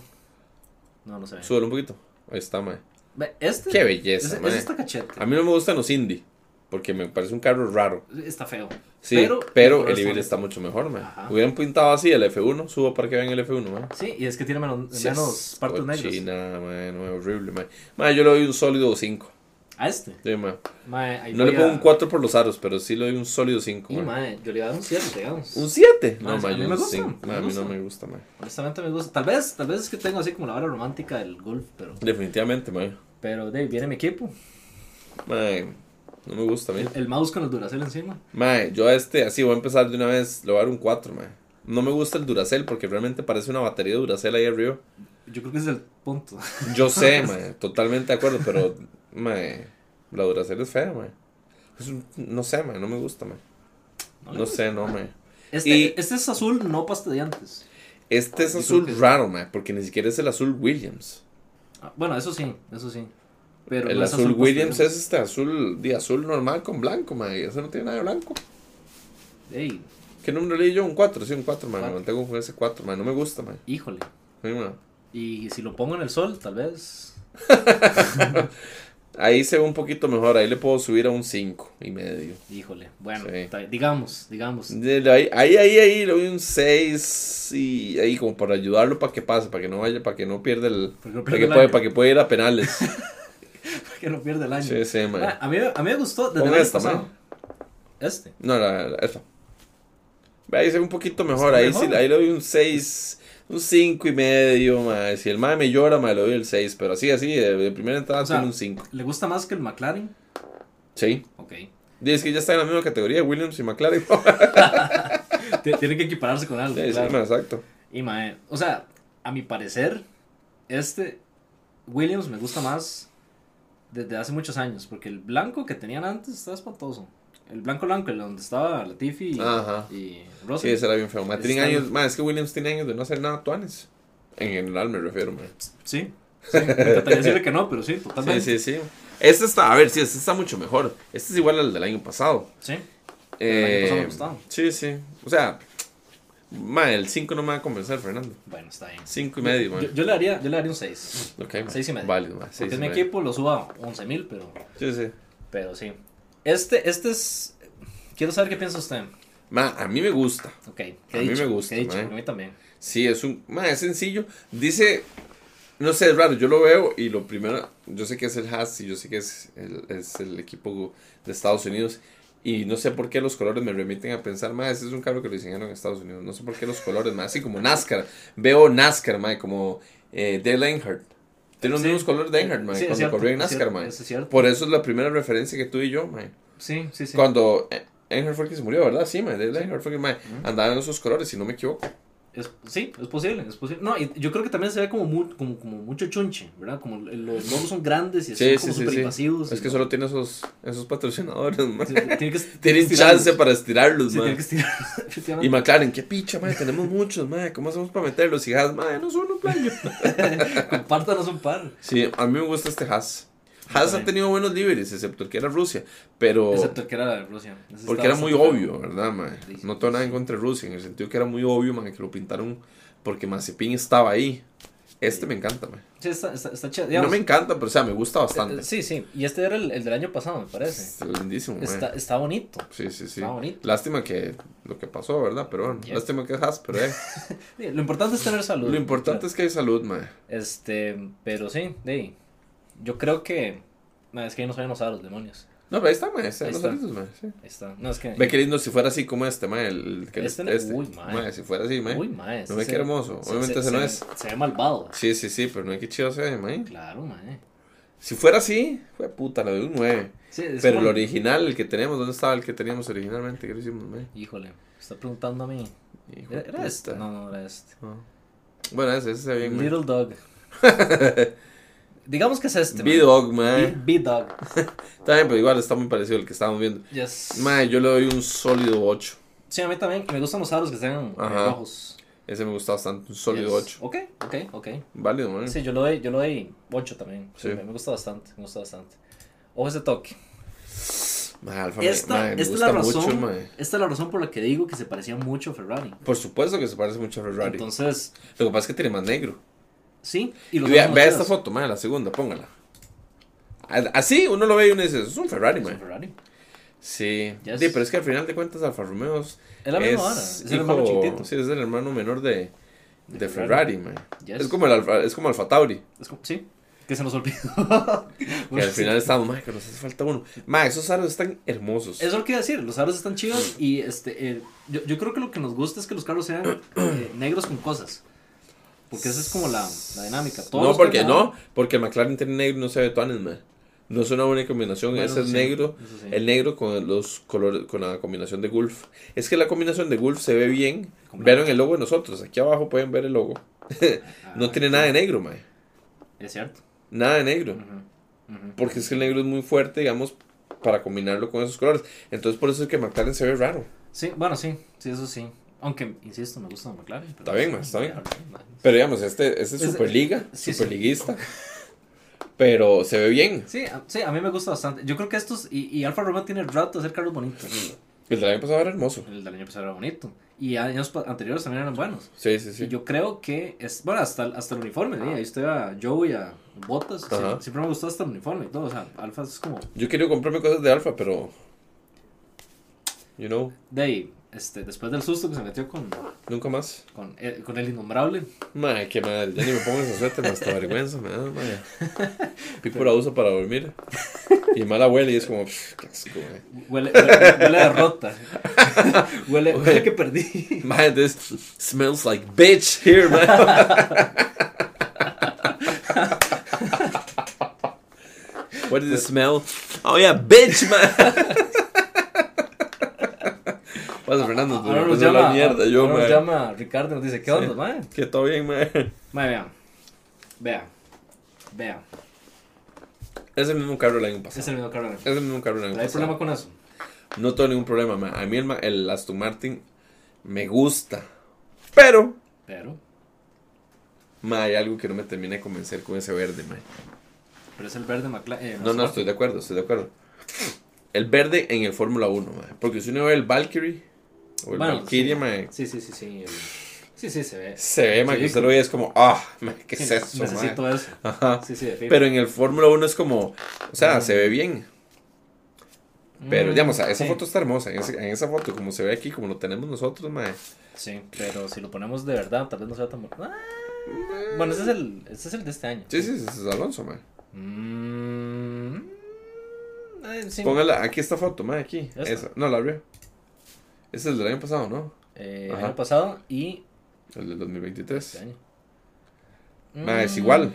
Speaker 2: No, no sé.
Speaker 1: Súbelo un poquito. Ahí está, man.
Speaker 2: Ve, Este.
Speaker 1: Qué belleza,
Speaker 2: Ese,
Speaker 1: man.
Speaker 2: ese está cachete.
Speaker 1: A mí no me gustan los indie. Porque me parece un carro raro.
Speaker 2: Está feo.
Speaker 1: Sí, pero,
Speaker 2: Pero-
Speaker 1: el Liberty está mucho mejor, man.
Speaker 2: Ajá.
Speaker 1: Hubieran pintado así el F1. Subo para que vean el F1, man.
Speaker 2: Sí, y es que tiene menos,
Speaker 1: Sí,
Speaker 2: menos
Speaker 1: es
Speaker 2: partes negras.
Speaker 1: cochina, man, no, horrible, man. Man, yo le doy un sólido 5.
Speaker 2: A este.
Speaker 1: Sí, man.
Speaker 2: Mae, ahí
Speaker 1: No le
Speaker 2: voy
Speaker 1: pongo
Speaker 2: a-
Speaker 1: un 4 por los aros, pero sí le doy un sólido 5.
Speaker 2: Y, mae, yo le voy a dar un 7, digamos.
Speaker 1: Un 7. No,
Speaker 2: Ah,
Speaker 1: man,
Speaker 2: a mí
Speaker 1: yo
Speaker 2: me
Speaker 1: un
Speaker 2: gusta,
Speaker 1: cinco.
Speaker 2: me
Speaker 1: Man, a mí no
Speaker 2: gusta.
Speaker 1: me gusta, man.
Speaker 2: Honestamente me gusta. Tal vez, tal vez es que tengo así como la vara romántica del golf, pero.
Speaker 1: Definitivamente, man.
Speaker 2: Pero, de ahí viene mi equipo.
Speaker 1: Man, no me gusta a mí.
Speaker 2: El mouse con el Duracell encima.
Speaker 1: Mae, yo a este, así voy a empezar de una vez, le voy a dar un 4, mae. No me gusta el Duracell porque realmente parece una batería de Duracell ahí arriba.
Speaker 2: Yo creo que ese es el punto. [LAUGHS]
Speaker 1: Yo sé, mae, totalmente de acuerdo, pero, mae, la Duracell es fea, mae. Es un- no sé, mae, no me gusta, mae.
Speaker 2: No le
Speaker 1: No sé, no, mae.
Speaker 2: Este,
Speaker 1: Y-
Speaker 2: este es azul, no pasta de antes.
Speaker 1: Este es
Speaker 2: Yo
Speaker 1: azul
Speaker 2: creo que-
Speaker 1: raro, mae, porque ni siquiera es el azul Williams.
Speaker 2: Ah, bueno, eso sí, eso sí. Pero
Speaker 1: el
Speaker 2: no es
Speaker 1: azul
Speaker 2: pasta de
Speaker 1: Williams
Speaker 2: antes.
Speaker 1: es este azul, de azul normal con blanco, mae. Ese no tiene nada de blanco.
Speaker 2: Ey,
Speaker 1: ¿Qué número leí yo? Un 4, sí, un 4, mae. Me
Speaker 2: Cuatro.
Speaker 1: mantengo con ese 4, mae. No me gusta, mae.
Speaker 2: híjole.
Speaker 1: Sí, mae.
Speaker 2: Y si lo pongo en el sol, tal vez.
Speaker 1: Ahí se ve un poquito mejor, ahí le puedo subir a un 5 y medio.
Speaker 2: Híjole. Bueno,
Speaker 1: Sí.
Speaker 2: está bien. digamos, digamos.
Speaker 1: De la- Ahí, ahí, ahí, ahí le doy un 6 y ahí como para ayudarlo para que pase, para que no vaya, para que no pierda el...
Speaker 2: Porque
Speaker 1: Para
Speaker 2: no pierde
Speaker 1: que,
Speaker 2: el
Speaker 1: puede,
Speaker 2: año.
Speaker 1: para que pueda ir a penales.
Speaker 2: [LAUGHS] que no pierda el [LAUGHS] año.
Speaker 1: sí, sí, man.
Speaker 2: Ah, a, mí, a mí me gustó desde
Speaker 1: Pon
Speaker 2: el año
Speaker 1: esta,
Speaker 2: pasado.
Speaker 1: man.
Speaker 2: Este.
Speaker 1: No, la, la- esta. Ve, Ahí se ve un poquito mejor,
Speaker 2: Está
Speaker 1: ahí,
Speaker 2: mejor.
Speaker 1: sí- ahí le doy un 6, un 5 y medio, ma. Si el mae me llora, ma, le doy el 6, pero así, así, de, de primera entrada
Speaker 2: O sea,
Speaker 1: tiene un 5.
Speaker 2: ¿Le gusta más que el McLaren?
Speaker 1: Sí.
Speaker 2: Ok.
Speaker 1: Y es que ya está en la misma categoría, Williams y McLaren. [LAUGHS]
Speaker 2: T- Tiene que equipararse con algo.
Speaker 1: Sí, sí,
Speaker 2: claro.
Speaker 1: ma, exacto.
Speaker 2: Y mae, o sea, a mi parecer, este Williams me gusta más desde hace muchos años, porque el blanco que tenían antes estaba espantoso. El blanco blanco, el donde estaba Latifi y,
Speaker 1: Ajá.
Speaker 2: y
Speaker 1: Sí,
Speaker 2: Russell.
Speaker 1: ese era bien feo. ma. Tienen
Speaker 2: Están-
Speaker 1: años, ma, es que Williams tiene años de no hacer nada tuanes. En general me refiero, ma.
Speaker 2: sí. sí. Me encantaría decirle que no, pero sí,
Speaker 1: Sí,
Speaker 2: totalmente.
Speaker 1: sí, sí. Este está, a ver, sí, este está mucho mejor. Este es igual al del año pasado.
Speaker 2: Sí.
Speaker 1: Eh,
Speaker 2: año pasado me gustaba.
Speaker 1: Sí, sí. O sea, ma, el 5 no me va a convencer, Fernando.
Speaker 2: Bueno, está bien.
Speaker 1: 5 y medio, ma.
Speaker 2: Yo, yo le haría, yo le haría un 6.
Speaker 1: Ok, ma.
Speaker 2: Seis y medio.
Speaker 1: Válido, ma.
Speaker 2: Porque
Speaker 1: Seis
Speaker 2: en
Speaker 1: y
Speaker 2: mi
Speaker 1: medio.
Speaker 2: equipo lo suba 11 mil, pero,
Speaker 1: Sí, sí.
Speaker 2: pero sí. Este, este es... Quiero saber qué piensa usted.
Speaker 1: Ma, a mí me gusta.
Speaker 2: Ok. ¿qué
Speaker 1: A mí
Speaker 2: dicho?
Speaker 1: me gusta,
Speaker 2: ¿Qué dicho?
Speaker 1: mae.
Speaker 2: A mí también.
Speaker 1: Sí, es un. ma, es sencillo. Dice. No sé, es raro, yo lo veo y lo primero, yo sé que es el Haas y yo sé que es el, es el equipo de Estados Unidos y no sé por qué los colores me remiten a pensar, más este es un carro que lo diseñaron en Estados Unidos, no sé por qué los colores, más así como NASCAR, veo NASCAR, mae, como eh, Dale Earnhardt. Tiene los
Speaker 2: Sí.
Speaker 1: mismos colores de Earnhardt, mae,
Speaker 2: Sí, es
Speaker 1: cuando
Speaker 2: cierto,
Speaker 1: corrió en
Speaker 2: es
Speaker 1: NASCAR,
Speaker 2: cierto,
Speaker 1: mae.
Speaker 2: eso es cierto.
Speaker 1: Por eso es la primera referencia que tú y yo, mae.
Speaker 2: Sí, sí, sí.
Speaker 1: Cuando eh, Earnhardt fue el que se murió, ¿verdad? Sí, mae, Dale
Speaker 2: Sí.
Speaker 1: Earnhardt fue el que, mae, andaba en esos colores, si no me equivoco.
Speaker 2: Es- sí, es posible, es posible. No, y yo creo que también se ve como, mu- como, como mucho chunche, ¿verdad? Como los lobos son grandes y
Speaker 1: Sí,
Speaker 2: son como
Speaker 1: sí, sí,
Speaker 2: súper
Speaker 1: sí.
Speaker 2: invasivos.
Speaker 1: Es que solo tiene esos, esos patrocinadores, mae.
Speaker 2: Pues Tiene que,
Speaker 1: [LAUGHS] Tienen chance para estirarlos,
Speaker 2: Sí,
Speaker 1: mae.
Speaker 2: tiene que estirar.
Speaker 1: Y
Speaker 2: [LAUGHS] efectivamente.
Speaker 1: McLaren, qué picha, madre, tenemos muchos, madre, ¿cómo hacemos para meterlos? Y Haas, madre, no son un
Speaker 2: [LAUGHS]
Speaker 1: playo.
Speaker 2: Compártanos un par.
Speaker 1: Sí, a mí me gusta este Haas. Haas ha
Speaker 2: también.
Speaker 1: tenido buenos líderes, excepto el que era Rusia, pero...
Speaker 2: Excepto el que era de Rusia. Ese
Speaker 1: porque era
Speaker 2: estaba
Speaker 1: muy
Speaker 2: bastante-
Speaker 1: obvio, ¿verdad, madre? No tengo nada en contra de Rusia, en el sentido que era muy obvio, madre, que lo pintaron porque Mazepin estaba ahí. Este me encanta, madre.
Speaker 2: Sí, está, está, está
Speaker 1: No
Speaker 2: chévere. digamos,
Speaker 1: me encanta, pero o sea, me gusta
Speaker 2: eh,
Speaker 1: bastante.
Speaker 2: eh, Sí, sí. Y este era el, el del año pasado, me parece.
Speaker 1: Está lindísimo, madre.
Speaker 2: Está, está bonito.
Speaker 1: Sí, sí, sí.
Speaker 2: está bonito.
Speaker 1: Lástima que lo que pasó, ¿verdad? Pero bueno,
Speaker 2: Ya.
Speaker 1: lástima que es Haas, pero
Speaker 2: [LAUGHS]
Speaker 1: eh.
Speaker 2: Sí, Lo importante es tener salud.
Speaker 1: Lo importante es que hay salud, madre.
Speaker 2: Este, pero sí, de ahí. Yo creo que. No, es que ahí no sabemos a los demonios.
Speaker 1: No, pero ahí está, mae. Ahí
Speaker 2: Ahí
Speaker 1: los
Speaker 2: está.
Speaker 1: saludos, mae. Sí.
Speaker 2: Ahí está. No, es que.
Speaker 1: Ve qué lindo si fuera así como este, mae. El, que
Speaker 2: Este no- uy, mae.
Speaker 1: Si fuera así, mae.
Speaker 2: Uy, mae.
Speaker 1: no ve
Speaker 2: ese-
Speaker 1: qué hermoso.
Speaker 2: se-
Speaker 1: Obviamente
Speaker 2: se-
Speaker 1: ese no
Speaker 2: se-
Speaker 1: es.
Speaker 2: Se ve malvado.
Speaker 1: Sí, sí, sí, pero no hay que chido se ve, mae.
Speaker 2: Claro, mae.
Speaker 1: Si fuera así, fue puta, le doy un 9.
Speaker 2: Sí, es
Speaker 1: Pero el
Speaker 2: como-
Speaker 1: original, el que tenemos, ¿dónde estaba el que teníamos originalmente? ¿Qué lo hicimos, mae?
Speaker 2: Híjole, está preguntando a mí.
Speaker 1: Hijo
Speaker 2: ¿Era,
Speaker 1: de
Speaker 2: era este?
Speaker 1: puta.
Speaker 2: No, no, era este.
Speaker 1: No. Bueno, ese, ese se ve bien, mae.
Speaker 2: Little
Speaker 1: [LAUGHS]
Speaker 2: Dog. Digamos que es este. mae.
Speaker 1: B-Dog, mae.
Speaker 2: B- B-Dog.
Speaker 1: Está bien, pero igual está muy parecido al que estábamos viendo.
Speaker 2: Yes.
Speaker 1: Mae, yo le doy un sólido 8.
Speaker 2: Sí, a mí también. Me gustan los aros que sean eh,
Speaker 1: Ajá.
Speaker 2: rojos.
Speaker 1: Ese me gusta bastante, un sólido 8.
Speaker 2: Yes. Ok, ok, ok.
Speaker 1: Válido, mae.
Speaker 2: Sí, yo lo doy, yo lo doy 8 también. Sí,
Speaker 1: Sí.
Speaker 2: Me me gusta bastante, me gusta bastante. Ojo ese toque.
Speaker 1: Mae, Alfa, mae,
Speaker 2: Esta,
Speaker 1: mae, me
Speaker 2: esta es
Speaker 1: gusta
Speaker 2: la
Speaker 1: mucho,
Speaker 2: razón,
Speaker 1: mae.
Speaker 2: esta es la razón por la que digo que se parecía mucho a Ferrari.
Speaker 1: Por supuesto que se parece mucho a Ferrari.
Speaker 2: Entonces,
Speaker 1: Lo que pasa es que tiene más negro.
Speaker 2: sí, y
Speaker 1: Y
Speaker 2: los
Speaker 1: Vea,
Speaker 2: ojos
Speaker 1: vea
Speaker 2: mocheras.
Speaker 1: esta foto, madre, la segunda, póngala. A- Así uno lo ve y uno dice, es un Ferrari,
Speaker 2: Es un
Speaker 1: man.
Speaker 2: Ferrari.
Speaker 1: Sí.
Speaker 2: Yes.
Speaker 1: Sí, pero es que al final de cuentas Alfa Romeo es,
Speaker 2: Es la misma vara, es el hermano
Speaker 1: hijo-
Speaker 2: chiquitito.
Speaker 1: Sí, es el hermano menor de, de,
Speaker 2: De
Speaker 1: Ferrari,
Speaker 2: Ferrari.
Speaker 1: man.
Speaker 2: Yes.
Speaker 1: Es como el Alfa, es como Alfa Tauri.
Speaker 2: Es como- sí, que se nos olvidó. [LAUGHS]
Speaker 1: Que
Speaker 2: Pues
Speaker 1: al final estamos, madre, que nos hace falta uno. Madre, esos aros están hermosos.
Speaker 2: Eso es lo que iba a decir, los aros están chidos y este, eh, yo, yo creo que lo que nos gusta es que los carros sean
Speaker 1: [COUGHS]
Speaker 2: eh, negros con cosas. Porque esa es como la, la dinámica. Todos
Speaker 1: no,
Speaker 2: los
Speaker 1: porque
Speaker 2: carros-
Speaker 1: no, porque el McLaren tiene negro y no se ve tuanes, man. No es una buena combinación,
Speaker 2: Bueno,
Speaker 1: ese es
Speaker 2: sí,
Speaker 1: negro.
Speaker 2: eso sí.
Speaker 1: El negro con los colores, con la combinación de Gulf. Es que la combinación de Gulf se ve bien.
Speaker 2: Como la-
Speaker 1: Vieron el logo de nosotros. Aquí abajo pueden ver el logo. No
Speaker 2: Ah,
Speaker 1: tiene nada de negro, mae.
Speaker 2: Es cierto.
Speaker 1: Nada de negro.
Speaker 2: Ujú, ujú.
Speaker 1: Porque es que el negro es muy fuerte, digamos, para combinarlo con esos colores. Entonces por eso es que McLaren se ve raro.
Speaker 2: Sí, bueno, sí, sí, eso sí. Aunque, insisto, me gusta McLaren. pero-
Speaker 1: Está bien, ma, está bien.
Speaker 2: Sí, ma.
Speaker 1: Pero digamos, este, este es
Speaker 2: Es-
Speaker 1: Superliga,
Speaker 2: sí, sí.
Speaker 1: Superliguista. Pero se ve bien.
Speaker 2: Sí, a, sí, a mí me gusta bastante. Yo creo que estos, y, y Alfa Romeo tiene el rato de hacer carros bonitos.
Speaker 1: El del año pasado era hermoso.
Speaker 2: El del año pasado era bonito. Y años pa- anteriores también eran buenos.
Speaker 1: Sí, sí,
Speaker 2: Y
Speaker 1: sí.
Speaker 2: yo creo que, es, bueno, hasta, el- hasta el uniforme, ¿sí? ahí estoy a Joe y a Botas. sí,
Speaker 1: Ajá.
Speaker 2: siempre me gustó hasta el uniforme y todo. O sea, Alfa es como,
Speaker 1: Yo quería comprarme cosas de Alfa, pero. You know,
Speaker 2: de ahí, este, después del susto que se metió con,
Speaker 1: nunca más.
Speaker 2: con, el, con el innombrable.
Speaker 1: Madre, qué madre. Ya ni me pongo esa suerte, me hasta vergüenza, me da,
Speaker 2: [LAUGHS]
Speaker 1: madre. Pipo la uso para dormir. Y mala huele y es como, "Pff, qué asco, madre.
Speaker 2: Huele, huele, huele a derrota. [LAUGHS] huele, huele que perdí.
Speaker 1: [LAUGHS] Madre, this smells like bitch here,
Speaker 2: [LAUGHS]
Speaker 1: man. What does it smell? Oh yeah, bitch, man.
Speaker 2: [LAUGHS]
Speaker 1: Pasa, Fernando, te
Speaker 2: Ahora
Speaker 1: me
Speaker 2: nos
Speaker 1: puse la
Speaker 2: llama,
Speaker 1: mierda, yo,
Speaker 2: ahora nos
Speaker 1: madre.
Speaker 2: llama Ricardo y nos dice, ¿qué onda,
Speaker 1: Sí.
Speaker 2: mae?
Speaker 1: Que todo bien, man.
Speaker 2: Mae, vea. Vea. Vea.
Speaker 1: Es el mismo carro el año
Speaker 2: Ese
Speaker 1: pasado.
Speaker 2: es el mismo carro.
Speaker 1: Es el mismo carro el año
Speaker 2: Pero hay
Speaker 1: pasado.
Speaker 2: problema con eso.
Speaker 1: No tengo ningún problema. ma. A mí el, ma- el Aston Martin me gusta. Pero
Speaker 2: Pero,
Speaker 1: ma, hay algo que no me termina de convencer con ese verde. ma.
Speaker 2: pero es el verde McLaren. eh,
Speaker 1: No, no, estoy de acuerdo, estoy de acuerdo. El verde en el Fórmula 1. ma, Porque si uno ve el Valkyrie o el
Speaker 2: Bueno,
Speaker 1: Valkyrie,
Speaker 2: sí.
Speaker 1: ma,
Speaker 2: Sí, sí, sí, sí. el- Sí, sí, se ve.
Speaker 1: se ve ma,
Speaker 2: Sí,
Speaker 1: que usted lo ve y es como, ah, ma, ¿qué
Speaker 2: Sí,
Speaker 1: es eso? ma?"
Speaker 2: Necesito eso.
Speaker 1: Ajá.
Speaker 2: Sí, sí, de fijo.
Speaker 1: Pero en el Fórmula 1 es como, o sea, se ve bien. Pero
Speaker 2: Mm,
Speaker 1: digamos, esa
Speaker 2: sí,
Speaker 1: foto está hermosa. En, ese- en esa foto, como se ve aquí, como lo tenemos nosotros, ma,
Speaker 2: Sí, pero si lo ponemos de verdad, tal vez no sea tan. bu- Ah, Bueno, ese es el, ese es el de este año.
Speaker 1: Sí, sí, ese es Alonso, mae.
Speaker 2: Mm, eh, sí.
Speaker 1: Póngala, aquí esta foto, mae, aquí.
Speaker 2: Esta.
Speaker 1: Esa. No, la arriba. Ese es el del año pasado, ¿no?
Speaker 2: Eh, el
Speaker 1: Ajá.
Speaker 2: año pasado y
Speaker 1: El del
Speaker 2: este
Speaker 1: 2023.
Speaker 2: año.
Speaker 1: Mae, es
Speaker 2: Mm,
Speaker 1: igual.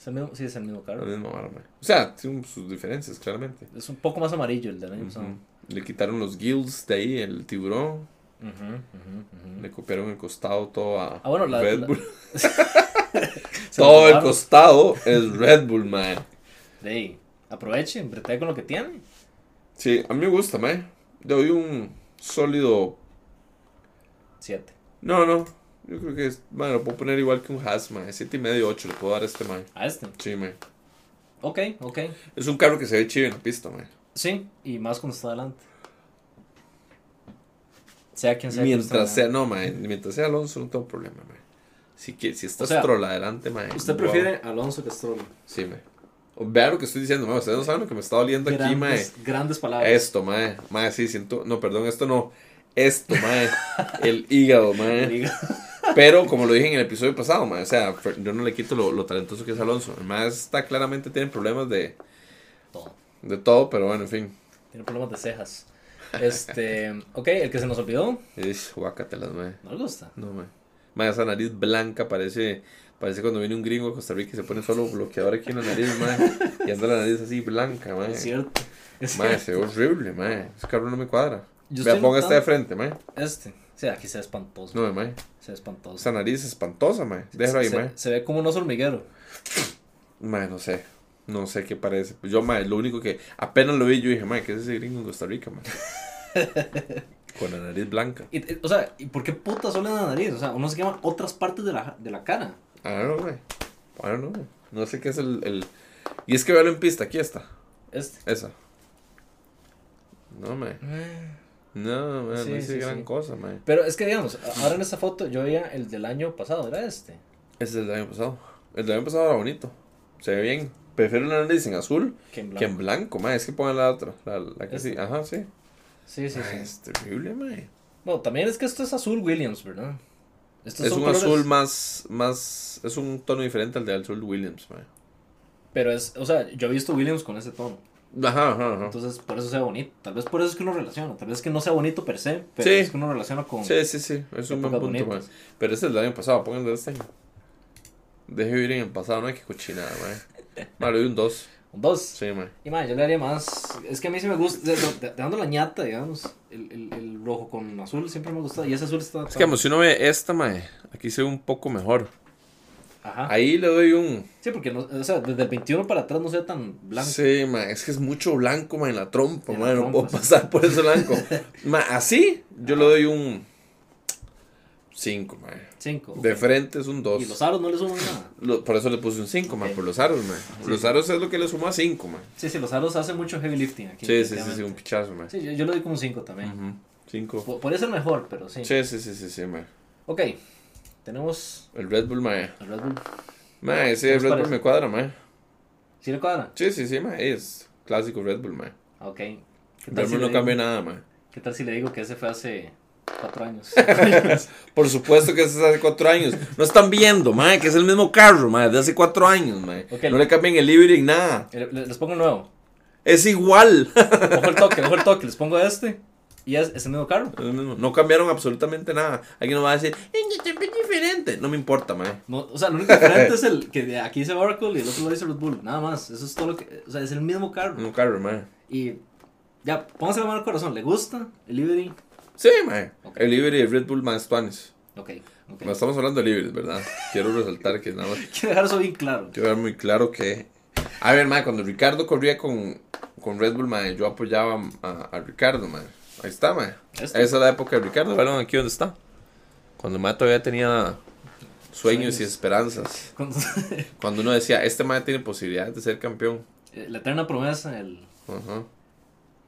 Speaker 2: es el mismo- sí, es el mismo
Speaker 1: La
Speaker 2: carro.
Speaker 1: misma vara, mae. O sea, tiene sus diferencias, claramente.
Speaker 2: Es un poco más amarillo el del año pasado.
Speaker 1: Ujú. Le quitaron los gills de ahí, el tiburón.
Speaker 2: Ujú, ujú, ujú.
Speaker 1: Le copiaron el costado todo a
Speaker 2: Mm. Ah, bueno, la-
Speaker 1: Red
Speaker 2: la-
Speaker 1: Bull.
Speaker 2: Se lo
Speaker 1: todo el
Speaker 2: robaron.
Speaker 1: costado es Red Bull, mae.
Speaker 2: Ey, aprovechen, brete con lo que tienen.
Speaker 1: Sí, a mí me gusta, mae. Le doy un sólido.
Speaker 2: Siete.
Speaker 1: No, no. Yo creo que es. Mae, lo puedo poner igual que un Haas, mae. Siete y medio, ocho le puedo dar a este, mae.
Speaker 2: A este.
Speaker 1: Sí, mae.
Speaker 2: Ok, ok.
Speaker 1: Es un carro que se ve chido en la pista, mae.
Speaker 2: Sí, y más cuando está adelante. Sea quien sea. que
Speaker 1: Mientras
Speaker 2: esté
Speaker 1: sea, no, mae. Mientras sea Alonso, no tengo problema, mae. Si, que, si está
Speaker 2: O sea,
Speaker 1: Stroll adelante, mae.
Speaker 2: manejando. Usted
Speaker 1: wow.
Speaker 2: prefiere a Alonso que a Stroll.
Speaker 1: Sí, mae. Vea lo que estoy diciendo, mae. Ustedes no saben lo que me está doliendo aquí, mae.
Speaker 2: Grandes, grandes palabras. [LAUGHS]
Speaker 1: Esto, mae. Mae, sí, siento. No, perdón, esto no. Esto, mae. El hígado,
Speaker 2: [LAUGHS]
Speaker 1: mae.
Speaker 2: Diga.
Speaker 1: Pero como lo dije en el episodio pasado, mae. O sea, Fer- yo no le quito lo, lo talentoso que es Alonso. El mae está claramente tiene problemas de,
Speaker 2: Todo.
Speaker 1: de todo, pero bueno, en fin.
Speaker 2: Tiene problemas de cejas. Este, [LAUGHS] ok, el que se nos olvidó,
Speaker 1: Es guacatelas, mae.
Speaker 2: no le gusta.
Speaker 1: No, mae. Mae, esa nariz blanca parece. Parece cuando viene un gringo a Costa Rica y se pone solo bloqueador aquí en la nariz, mae. Y anda la nariz así blanca, mae.
Speaker 2: Es cierto. [LAUGHS] Es
Speaker 1: Mae,
Speaker 2: cierto.
Speaker 1: se ve horrible, mae. Ese cabrón no me cuadra.
Speaker 2: Yo
Speaker 1: Vea,
Speaker 2: estoy
Speaker 1: ponga esta de
Speaker 2: notando-
Speaker 1: frente, mae.
Speaker 2: Este. O sea, aquí se ve espantoso.
Speaker 1: No, mae.
Speaker 2: Se ve espantoso.
Speaker 1: Esa nariz espantosa, mae. Déjalo ahí,
Speaker 2: se,
Speaker 1: mae.
Speaker 2: se ve como un oso hormiguero.
Speaker 1: Mae, no sé. No sé qué parece. Yo, mae, lo único que apenas lo vi, yo dije, mae, ¿qué es ese gringo en Costa
Speaker 2: [LAUGHS]
Speaker 1: Rica, mae? Con la nariz blanca.
Speaker 2: Y- y- o sea, ¿y por qué puta solo en la nariz? O sea, uno se quema otras partes de la, de la cara.
Speaker 1: I don't know, mae. I don't know, mae. No sé qué es el, el- Y es que véalo en pista, aquí está.
Speaker 2: Este.
Speaker 1: Esa. No, mae. No, mae,
Speaker 2: Sí,
Speaker 1: no es
Speaker 2: sí,
Speaker 1: gran
Speaker 2: sí.
Speaker 1: cosa, mae.
Speaker 2: Pero es que digamos, a- ahora en esta foto yo veía el del año pasado, era este.
Speaker 1: Ese es el del año pasado. El del año pasado era bonito. Se ve bien. Prefiero una nariz en azul
Speaker 2: Que en
Speaker 1: que
Speaker 2: blanco.
Speaker 1: en blanco, mae. Es que pongan la otra. La, la que sí.
Speaker 2: Esta.
Speaker 1: Ajá, sí.
Speaker 2: Sí, sí,
Speaker 1: Ay,
Speaker 2: sí.
Speaker 1: es terrible, mae.
Speaker 2: Bueno, también es que esto es azul Williams, ¿verdad? Estos
Speaker 1: Es
Speaker 2: son
Speaker 1: un
Speaker 2: colores-
Speaker 1: azul más, más, es un tono diferente al de azul Williams, mae.
Speaker 2: Pero es, o sea, yo he visto Williams con ese tono.
Speaker 1: Ajá, ajá, ajá.
Speaker 2: Entonces, por eso sea bonito. Tal vez por eso es que uno relaciona. Tal vez que no sea bonito per se, pero
Speaker 1: Sí.
Speaker 2: es que uno relaciona con.
Speaker 1: Sí, sí, sí, es un buen
Speaker 2: Épocas
Speaker 1: punto, mae.
Speaker 2: bonitas.
Speaker 1: Pero ese es el del año pasado, pónganlo de este año. Deje vivir en el pasado, no hay que cochinada, mae. Mae, le doy un 2,
Speaker 2: con dos.
Speaker 1: sí, mae.
Speaker 2: Y man, yo le haría más. Es que a mí sí me gusta. de- de- Dejando la ñata, digamos. El, el, el rojo con azul siempre me gusta. Y ese azul está.
Speaker 1: Es que, vamos, si uno ve esta, mae, aquí se ve un poco mejor.
Speaker 2: Ajá.
Speaker 1: Ahí le doy un...
Speaker 2: Sí, porque no- o sea, desde el 21 para atrás no sea tan blanco.
Speaker 1: Sí, mae, es que es mucho blanco, mae, en la trompa,
Speaker 2: En la
Speaker 1: mae, no
Speaker 2: trompa,
Speaker 1: puedo
Speaker 2: sí.
Speaker 1: pasar por ese
Speaker 2: [LAUGHS]
Speaker 1: blanco. mae, así, yo le doy un 5, mae.
Speaker 2: 5.
Speaker 1: De frente es un 2.
Speaker 2: Y los aros no le suman nada.
Speaker 1: Lo- por eso le puse un 5, man,
Speaker 2: Ok. Ah,
Speaker 1: por los aros, man. los aros es lo que le sumó a 5, man.
Speaker 2: Sí, sí, los aros hacen mucho heavy lifting aquí.
Speaker 1: Sí, sí, sí, sí,
Speaker 2: definitivamente.
Speaker 1: un pichazo, man.
Speaker 2: Sí, yo, yo le doy como un 5 también.
Speaker 1: Ujú, Cinco.
Speaker 2: Po- Podría ser mejor, pero sí.
Speaker 1: Sí, sí, sí, sí, sí, man.
Speaker 2: Ok. Tenemos.
Speaker 1: El Red Bull, man.
Speaker 2: al Red Bull.
Speaker 1: Man, ese Red
Speaker 2: ¿Qué les
Speaker 1: Bull
Speaker 2: parece?
Speaker 1: me cuadra, man.
Speaker 2: ¿Sí le cuadra?
Speaker 1: Sí, sí, sí, man. Es clásico Red Bull, man.
Speaker 2: Ah, Ok. ¿Qué
Speaker 1: El
Speaker 2: tal,
Speaker 1: Red
Speaker 2: si
Speaker 1: Bull
Speaker 2: le
Speaker 1: no
Speaker 2: digo,
Speaker 1: cambia nada, man.
Speaker 2: ¿Qué tal si le digo que ese fue hace 4 años?
Speaker 1: [LAUGHS]
Speaker 2: [LAUGHS]
Speaker 1: Por supuesto que ese es hace cuatro años. No están viendo, man, que es el mismo carro, man, de hace cuatro años, man.
Speaker 2: Ok.
Speaker 1: No le cambian el livery, nada.
Speaker 2: Le- Eh, le- Les pongo un nuevo.
Speaker 1: Es igual. [LAUGHS]
Speaker 2: Ojo el toque, ojo el toque, les pongo este. Y es, es el mismo carro.
Speaker 1: Es lo mismo. No cambiaron absolutamente nada. Alguien nos va a decir, "Eh, es diferente. No me importa, man.
Speaker 2: No, o sea, lo único diferente es el que de aquí dice Oracle y el otro lo dice Red Bull. Nada más. Eso es todo lo que. O sea, es el mismo carro.
Speaker 1: Un carro, man.
Speaker 2: Y ya, pónganse la mano al corazón. ¿Le gusta el Liberty?
Speaker 1: Sí, mae.
Speaker 2: Ok.
Speaker 1: El libre de Red Bull más Tuanis.
Speaker 2: Ok, ok. [LAUGHS]
Speaker 1: No estamos hablando de libres, ¿verdad? Quiero resaltar que nada más.
Speaker 2: Quiero dejar eso bien claro. [LAUGHS]
Speaker 1: Quiero ver muy claro que. A ver, mae, cuando Ricardo corría con, con Red Bull, mae, yo apoyaba a, a Ricardo, mae. Ahí está, mae.
Speaker 2: Este.
Speaker 1: Esa es la época de Ricardo, ¿verdad? Aquí donde está. Cuando mae todavía tenía sueños,
Speaker 2: Sueños.
Speaker 1: y esperanzas.
Speaker 2: Con-
Speaker 1: Cuando uno decía, este mae tiene posibilidades de ser campeón.
Speaker 2: Eh, la eterna promesa, el,
Speaker 1: Ajá.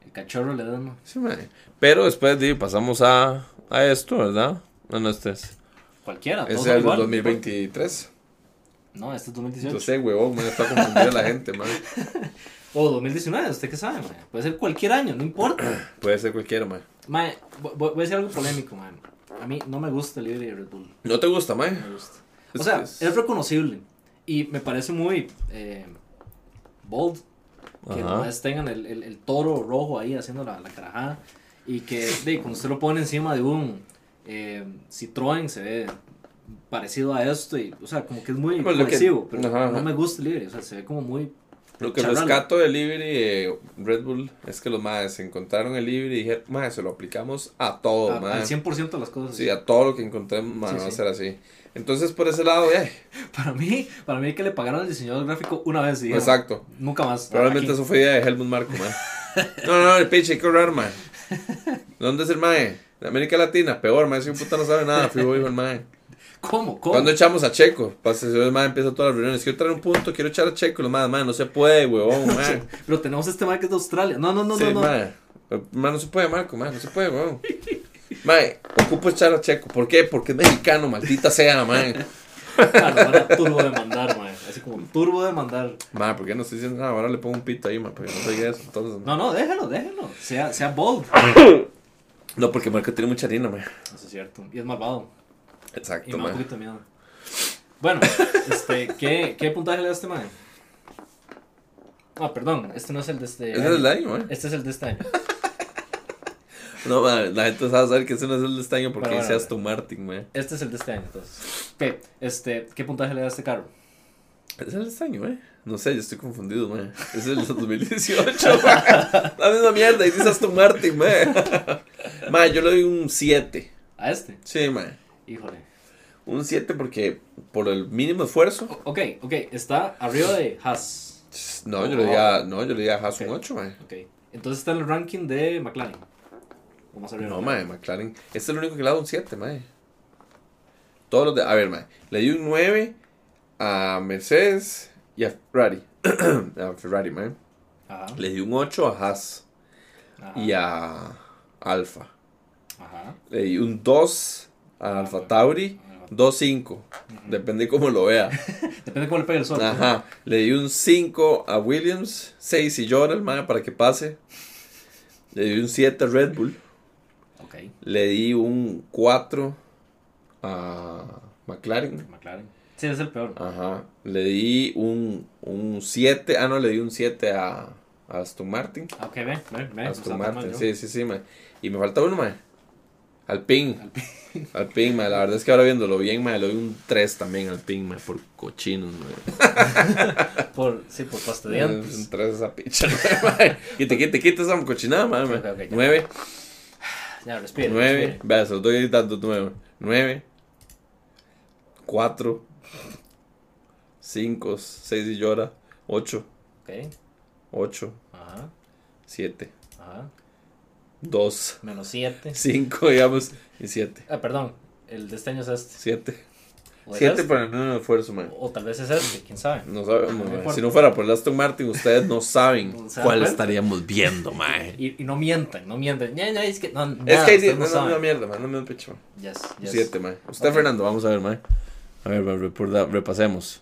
Speaker 2: el cachorro le dan.
Speaker 1: Sí, mae. Pero después di, pasamos a, a esto, ¿verdad? No, no, este es.
Speaker 2: Cualquiera. todos
Speaker 1: Ese
Speaker 2: son
Speaker 1: es el
Speaker 2: igual.
Speaker 1: 2023.
Speaker 2: No, este es 2018.
Speaker 1: Yo sé, huevón, mae, está confundida la gente, mae.
Speaker 2: O 2019, ¿usted qué sabe, man? Puede ser cualquier año,
Speaker 1: [CLEARS THROAT]
Speaker 2: no importa.
Speaker 1: Puede ser cualquiera, mae.
Speaker 2: Mae, vo- vo- voy, a decir algo polémico, man. A mí no me gusta el Liberty de Red Bull.
Speaker 1: ¿No te gusta, mae?
Speaker 2: No me gusta.
Speaker 1: Es
Speaker 2: O sea, es reconocible. Y me parece muy eh, bold que
Speaker 1: Ajá.
Speaker 2: nomás tengan el, el- el toro rojo ahí haciendo la, la carajada. Y que de, cuando usted lo pone encima de un eh, Citroën se ve parecido a esto. Y, o sea, como que es muy
Speaker 1: Pues lo que-
Speaker 2: agresivo. Pero
Speaker 1: ajá,
Speaker 2: no
Speaker 1: ajá.
Speaker 2: me gusta el libre. O sea, se ve como muy.
Speaker 1: Lo que
Speaker 2: Charralo.
Speaker 1: rescato del Libri de eh, Red Bull es que los madres encontraron el Libri y dijeron, madre, se lo aplicamos a todo,
Speaker 2: a- al
Speaker 1: madre.
Speaker 2: 100% de las cosas.
Speaker 1: Oh, Sí, a todo lo que encontremos, mae,
Speaker 2: Sí,
Speaker 1: va a
Speaker 2: sí.
Speaker 1: ser así. Entonces, por ese lado,
Speaker 2: [LAUGHS]
Speaker 1: eh,
Speaker 2: [LAUGHS] Para mí, para mí que le pagaron al diseñador gráfico una vez. Y dijeron,
Speaker 1: exacto.
Speaker 2: Nunca más.
Speaker 1: Probablemente
Speaker 2: Aquí.
Speaker 1: eso fue idea de Helmut Marco,
Speaker 2: [LAUGHS]
Speaker 1: man. No, no, el pinche, hay que ahorrar, man. ¿Dónde es el mae? De América Latina, peor, man. Ese puta no sabe nada, fijo, hijo, el mae.
Speaker 2: ¿Cómo? ¿Cómo?
Speaker 1: ¿Cuándo echamos a Checo? Pasa, el mae empieza todas las reuniones. Quiero traer un punto, quiero echar a Checo. Lo mae, mae, no se puede, huevón,
Speaker 2: [LAUGHS]
Speaker 1: mae.
Speaker 2: Pero tenemos este man que es de Australia. No, no, no,
Speaker 1: sí,
Speaker 2: no. no.
Speaker 1: mae. Mae, no se puede, Marco, mae, no se puede, huevón. Mae, ocupo echar a Checo. ¿Por qué? Porque es mexicano, maldita sea, mae.
Speaker 2: [LAUGHS] Ah, lo van a turbo demandar, mae. Así como turbo demandar.
Speaker 1: Mae, ¿por qué no estoy diciendo nada? Ahora le pongo un pito ahí, mae, porque no soy eso. Entonces, no.
Speaker 2: No, no, déjalo, déjalo. Sea, sea bold.
Speaker 1: no, porque Marco tiene mucha harina, mae.
Speaker 2: Eso es cierto. Y es malvado. Y
Speaker 1: Exacto,
Speaker 2: me da un
Speaker 1: mae.
Speaker 2: poquito de miedo. Bueno, este, ¿qué, ¿qué puntaje le da este man? Ah, perdón, este no es el de este.
Speaker 1: Ese es el daño, mae.
Speaker 2: Este es el de este año.
Speaker 1: No, ma, la gente sabe saber que ese no es el de este año porque
Speaker 2: Pero
Speaker 1: dice
Speaker 2: bueno.
Speaker 1: Aston Martin, man.
Speaker 2: Este es el de este año, entonces. Ok, este, ¿qué puntaje le da este carro?
Speaker 1: Es el de este año, eh. No sé, yo estoy confundido, man. Es
Speaker 2: [LAUGHS]
Speaker 1: el de 2018, [LAUGHS] man. La misma mierda, y dice Aston Martin, [LAUGHS] man. Ma, yo le doy un 7.
Speaker 2: A este.
Speaker 1: Sí, man.
Speaker 2: Híjole.
Speaker 1: Un 7 porque por el mínimo esfuerzo.
Speaker 2: Ok, ok, está arriba de Haas.
Speaker 1: No, yo le di a, no, yo le di a Haas un
Speaker 2: Ok.
Speaker 1: 8, man.
Speaker 2: Ok. Entonces está en el ranking de McLaren. Vamos a ver.
Speaker 1: No, man, McLaren. Este es el único que le da un 7, man. Todos los de. A ver, man. Le di un 9 a Mercedes y a Ferrari. [CLEARS THROAT] a Ferrari, man.
Speaker 2: Ajá.
Speaker 1: Le di un 8 a Haas
Speaker 2: ajá,
Speaker 1: y a Alfa.
Speaker 2: Ajá.
Speaker 1: Le di un 2 a Alfa Tauri, 2-5. Depende cómo lo vea.
Speaker 2: Depende cómo le pegue el sol.
Speaker 1: Ajá. Le di un 5 a Williams, 6 y llora el mae para que pase. Le di un 7 a Red Bull.
Speaker 2: Ok,
Speaker 1: Le di un 4 a McLaren.
Speaker 2: McLaren. Sí, es el peor.
Speaker 1: Ajá. Le di un, un 7. Ah, no, le di un 7 a, a Aston Martin.
Speaker 2: Ah, Ok, ve, ve, ve. no está
Speaker 1: Aston
Speaker 2: tan
Speaker 1: Martin,
Speaker 2: mal yo.
Speaker 1: sí, sí, sí, mae. Y me falta uno, mae. Al
Speaker 2: [LAUGHS]
Speaker 1: ping. Al ping, mae. La verdad es que ahora viéndolo bien, mae, le doy un 3 también al ping, mae, por cochinos, mae.
Speaker 2: Por, sí, por pasta de
Speaker 1: Le doy Un
Speaker 2: dientes.
Speaker 1: 3 esa [LAUGHS] picha, mae. Quita, quita, quita esa cochinada, mae. mae.
Speaker 2: Ok, ok, ya.
Speaker 1: 9,
Speaker 2: Ya, respire.
Speaker 1: 9. Vea, se los doy dando 9. 9, 4, 5, 6 y llora. 8,
Speaker 2: respire. Ok,
Speaker 1: 8,
Speaker 2: ajá,
Speaker 1: 7,
Speaker 2: ajá.
Speaker 1: 2,
Speaker 2: Menos 7.
Speaker 1: 5, digamos, y 7.
Speaker 2: Ah, perdón. El de este año es este.
Speaker 1: 7.
Speaker 2: O es
Speaker 1: Siete
Speaker 2: este,
Speaker 1: para el mínimo esfuerzo, man.
Speaker 2: O tal vez es este, quién sabe.
Speaker 1: No sabemos,
Speaker 2: No
Speaker 1: mae.
Speaker 2: importa.
Speaker 1: Si no fuera por el Aston Martin, ustedes no saben
Speaker 2: No [LAUGHS] se dan
Speaker 1: cuál
Speaker 2: cuenta.
Speaker 1: estaríamos viendo, mae.
Speaker 2: Y, y no mientan, no mientan. Ya, ya, es que no.
Speaker 1: Es
Speaker 2: nada,
Speaker 1: que hay
Speaker 2: ustedes
Speaker 1: no, no,
Speaker 2: saben.
Speaker 1: no, mierda, mae. No me pecho, mae.
Speaker 2: Yes, yes.
Speaker 1: Siete, mae. Usted,
Speaker 2: Ok.
Speaker 1: Fernando, vamos a ver, mae. A ver, mae, reporta- repasemos.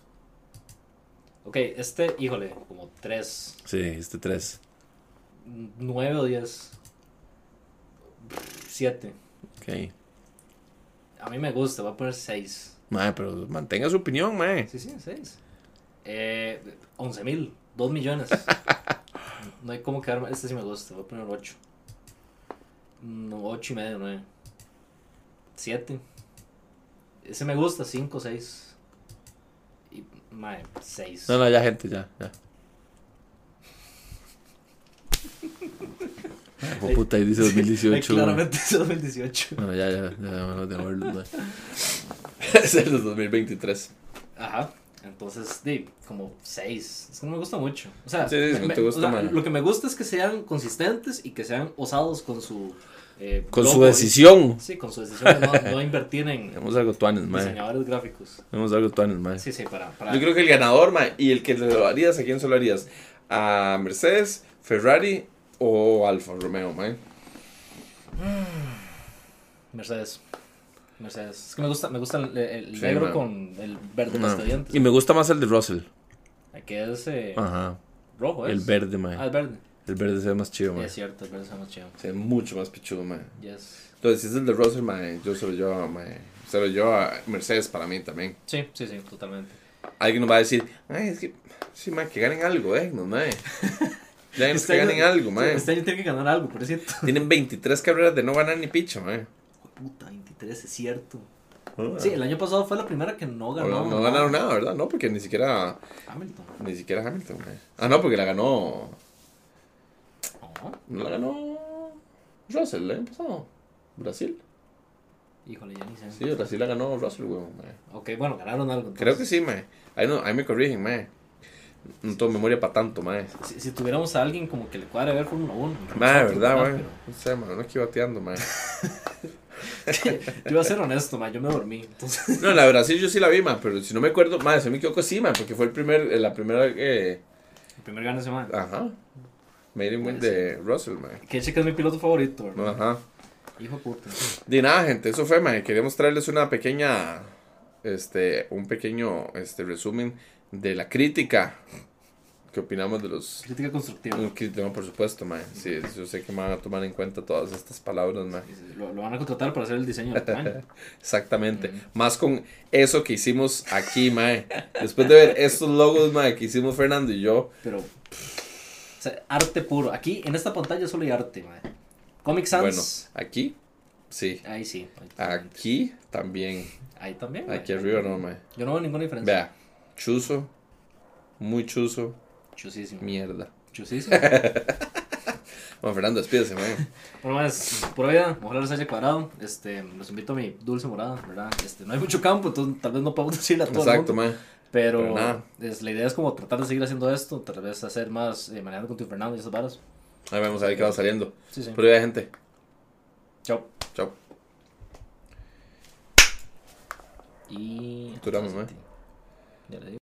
Speaker 2: Ok, este, híjole, como 3,
Speaker 1: Sí, este tres.
Speaker 2: 9 o 10. 7.
Speaker 1: Ok.
Speaker 2: A mí me gusta, voy a poner 6.
Speaker 1: Mae, pero mantenga su opinión, mae.
Speaker 2: Sí, sí, 6. Eh, 11 mil, 2 [LAUGHS] millones. no hay cómo quedarme. Este sí me gusta, voy a poner 8. 8 y medio, 9. 7. Ese me gusta, 5, 6. Y, madre, 6.
Speaker 1: No, no, ya, gente, ya. ya. Mae, hijo de puta,
Speaker 2: [LAUGHS]
Speaker 1: ahí dice 2018. mae.
Speaker 2: claramente es 2018.
Speaker 1: Bueno, ya, ya, ya, bueno, de verlo, mae. Ese es el 2023.
Speaker 2: Ajá. Entonces, di, como 6. Es que no me gusta mucho. O sea,
Speaker 1: Sí, sí, no
Speaker 2: me-
Speaker 1: te
Speaker 2: me-
Speaker 1: gusta,
Speaker 2: o sea,
Speaker 1: man.
Speaker 2: lo que me gusta es que sean consistentes y que sean osados con su. eh,
Speaker 1: Con su
Speaker 2: logo.
Speaker 1: decisión.
Speaker 2: Sí, con su decisión
Speaker 1: [LAUGHS]
Speaker 2: de no, no invertir en
Speaker 1: Tenemos algo tuanes, mae.
Speaker 2: diseñadores gráficos.
Speaker 1: Tenemos algo tuanes, mae.
Speaker 2: Sí, sí, para. para
Speaker 1: Yo creo que el ganador, ma, y el que se lo harías, ¿a quién se lo harías? ¿A Mercedes, Ferrari o Alfa Romeo, man?
Speaker 2: Mercedes. Mercedes. Es que me gusta, me gusta el, el
Speaker 1: Sí,
Speaker 2: negro
Speaker 1: man.
Speaker 2: con el verde
Speaker 1: No.
Speaker 2: no.
Speaker 1: Y me gusta más el de Russell.
Speaker 2: Aquí es eh,
Speaker 1: Ajá.
Speaker 2: rojo, ¿es?
Speaker 1: El verde, man.
Speaker 2: Ah, el verde.
Speaker 1: El verde se ve más chido, man.
Speaker 2: Es cierto, el verde está más chido.
Speaker 1: Se ve mucho más pichudo, man.
Speaker 2: Yes.
Speaker 1: Entonces, si es el de Russell, man, yo se lo llevo, man. usted lo lleva, Mercedes para mí también.
Speaker 2: Sí, sí, sí, totalmente.
Speaker 1: Alguien nos va a decir, ay, es que, sí, ma, que ganen algo, eh,
Speaker 2: [LAUGHS]
Speaker 1: no, mae. Ya que
Speaker 2: Este año-
Speaker 1: ganen algo, mae.
Speaker 2: Este año tiene que ganar algo, por cierto. [LAUGHS]
Speaker 1: Tienen 23 carreras de no ganar ni picho, mae.
Speaker 2: Puta, 23, es cierto. Sí, el año pasado fue la primera que no
Speaker 1: O
Speaker 2: ganó.
Speaker 1: Ah. no, no ganaron nada, ¿verdad? No, porque ni siquiera,
Speaker 2: Hamilton.
Speaker 1: ni siquiera Hamilton, mae. Ah, no, porque la ganó,
Speaker 2: No.
Speaker 1: no la ganó Russell el año pasado. Brasil.
Speaker 2: Híjole, ya ni sé.
Speaker 1: Sí, Brasil la ganó Russell, weón, mae.
Speaker 2: Ok, bueno, ganaron algo. entonces.
Speaker 1: Creo que sí, mae. Ahí, no, ahí me corrigen, mae. No tengo memoria para tanto, mae.
Speaker 2: Si, si tuviéramos a alguien como que le cuadre ver Fórmula 1.
Speaker 1: Mae,
Speaker 2: nosotros,
Speaker 1: ¿verdad,
Speaker 2: ¿verdad?
Speaker 1: mae? No sé, mae, no aquí bateando, mae.
Speaker 2: Pero- [LAUGHS] yo voy a ser honesto, mae, yo me dormí. Entonces, [LAUGHS]
Speaker 1: No, la de Brasil yo sí la vi, mae, pero si no me acuerdo, mae, se me equivoco, sí, mae, porque fue el primer, eh, la primera, eh,
Speaker 2: el primer gane ese man.
Speaker 1: ajá, Made in Win de
Speaker 2: Puede
Speaker 1: Russell, mae.
Speaker 2: Que chica es mi piloto favorito, ¿verdad?
Speaker 1: Ajá.
Speaker 2: Hijo de puta.
Speaker 1: De nada, gente, eso fue, mae, queríamos traerles una pequeña, este, un pequeño, este, resumen de la crítica que opinamos de los
Speaker 2: Crítica constructiva.
Speaker 1: Un kit, no, por supuesto, mae. Sí, yo sé que me van a tomar en cuenta todas estas palabras, mae.
Speaker 2: Lo, lo van a contratar para hacer el diseño del tamaño.
Speaker 1: Exactamente. Más con eso que hicimos aquí, mae. Después de ver estos logos, mae, que hicimos Fernando y yo.
Speaker 2: Pero. O sea, arte puro. Aquí, en esta pantalla, solo hay arte, mae. Comic Sans.
Speaker 1: Bueno, aquí, sí.
Speaker 2: Ahí sí. Ahí, también.
Speaker 1: Aquí también.
Speaker 2: Ahí también. mae.
Speaker 1: Aquí arriba no, mae.
Speaker 2: Yo no veo ninguna diferencia.
Speaker 1: Vea, chuzo, muy chuzo,
Speaker 2: Chusísimo.
Speaker 1: mierda.
Speaker 2: Chusísimo.
Speaker 1: Bueno, Fernando, despídese, mae.
Speaker 2: Bueno, más, por vida, ojalá les haya cuadrado. Este, los invito a mi dulce morada, ¿verdad? Este, no hay mucho campo, entonces tal vez no [LAUGHS] podemos decirle a todo el
Speaker 1: Exacto,
Speaker 2: mundo,
Speaker 1: mae.
Speaker 2: Pero,
Speaker 1: pero nada.
Speaker 2: es- la idea es como tratar de seguir haciendo esto, tal vez hacer más eh, manejando con tu Fernando y esas varas.
Speaker 1: Ahí vamos a ver qué va saliendo.
Speaker 2: Sí, sí.
Speaker 1: Pero ya, gente.
Speaker 2: Chao.
Speaker 1: Chao.
Speaker 2: Y.
Speaker 1: Duramos, ¿eh?
Speaker 2: Ya le digo.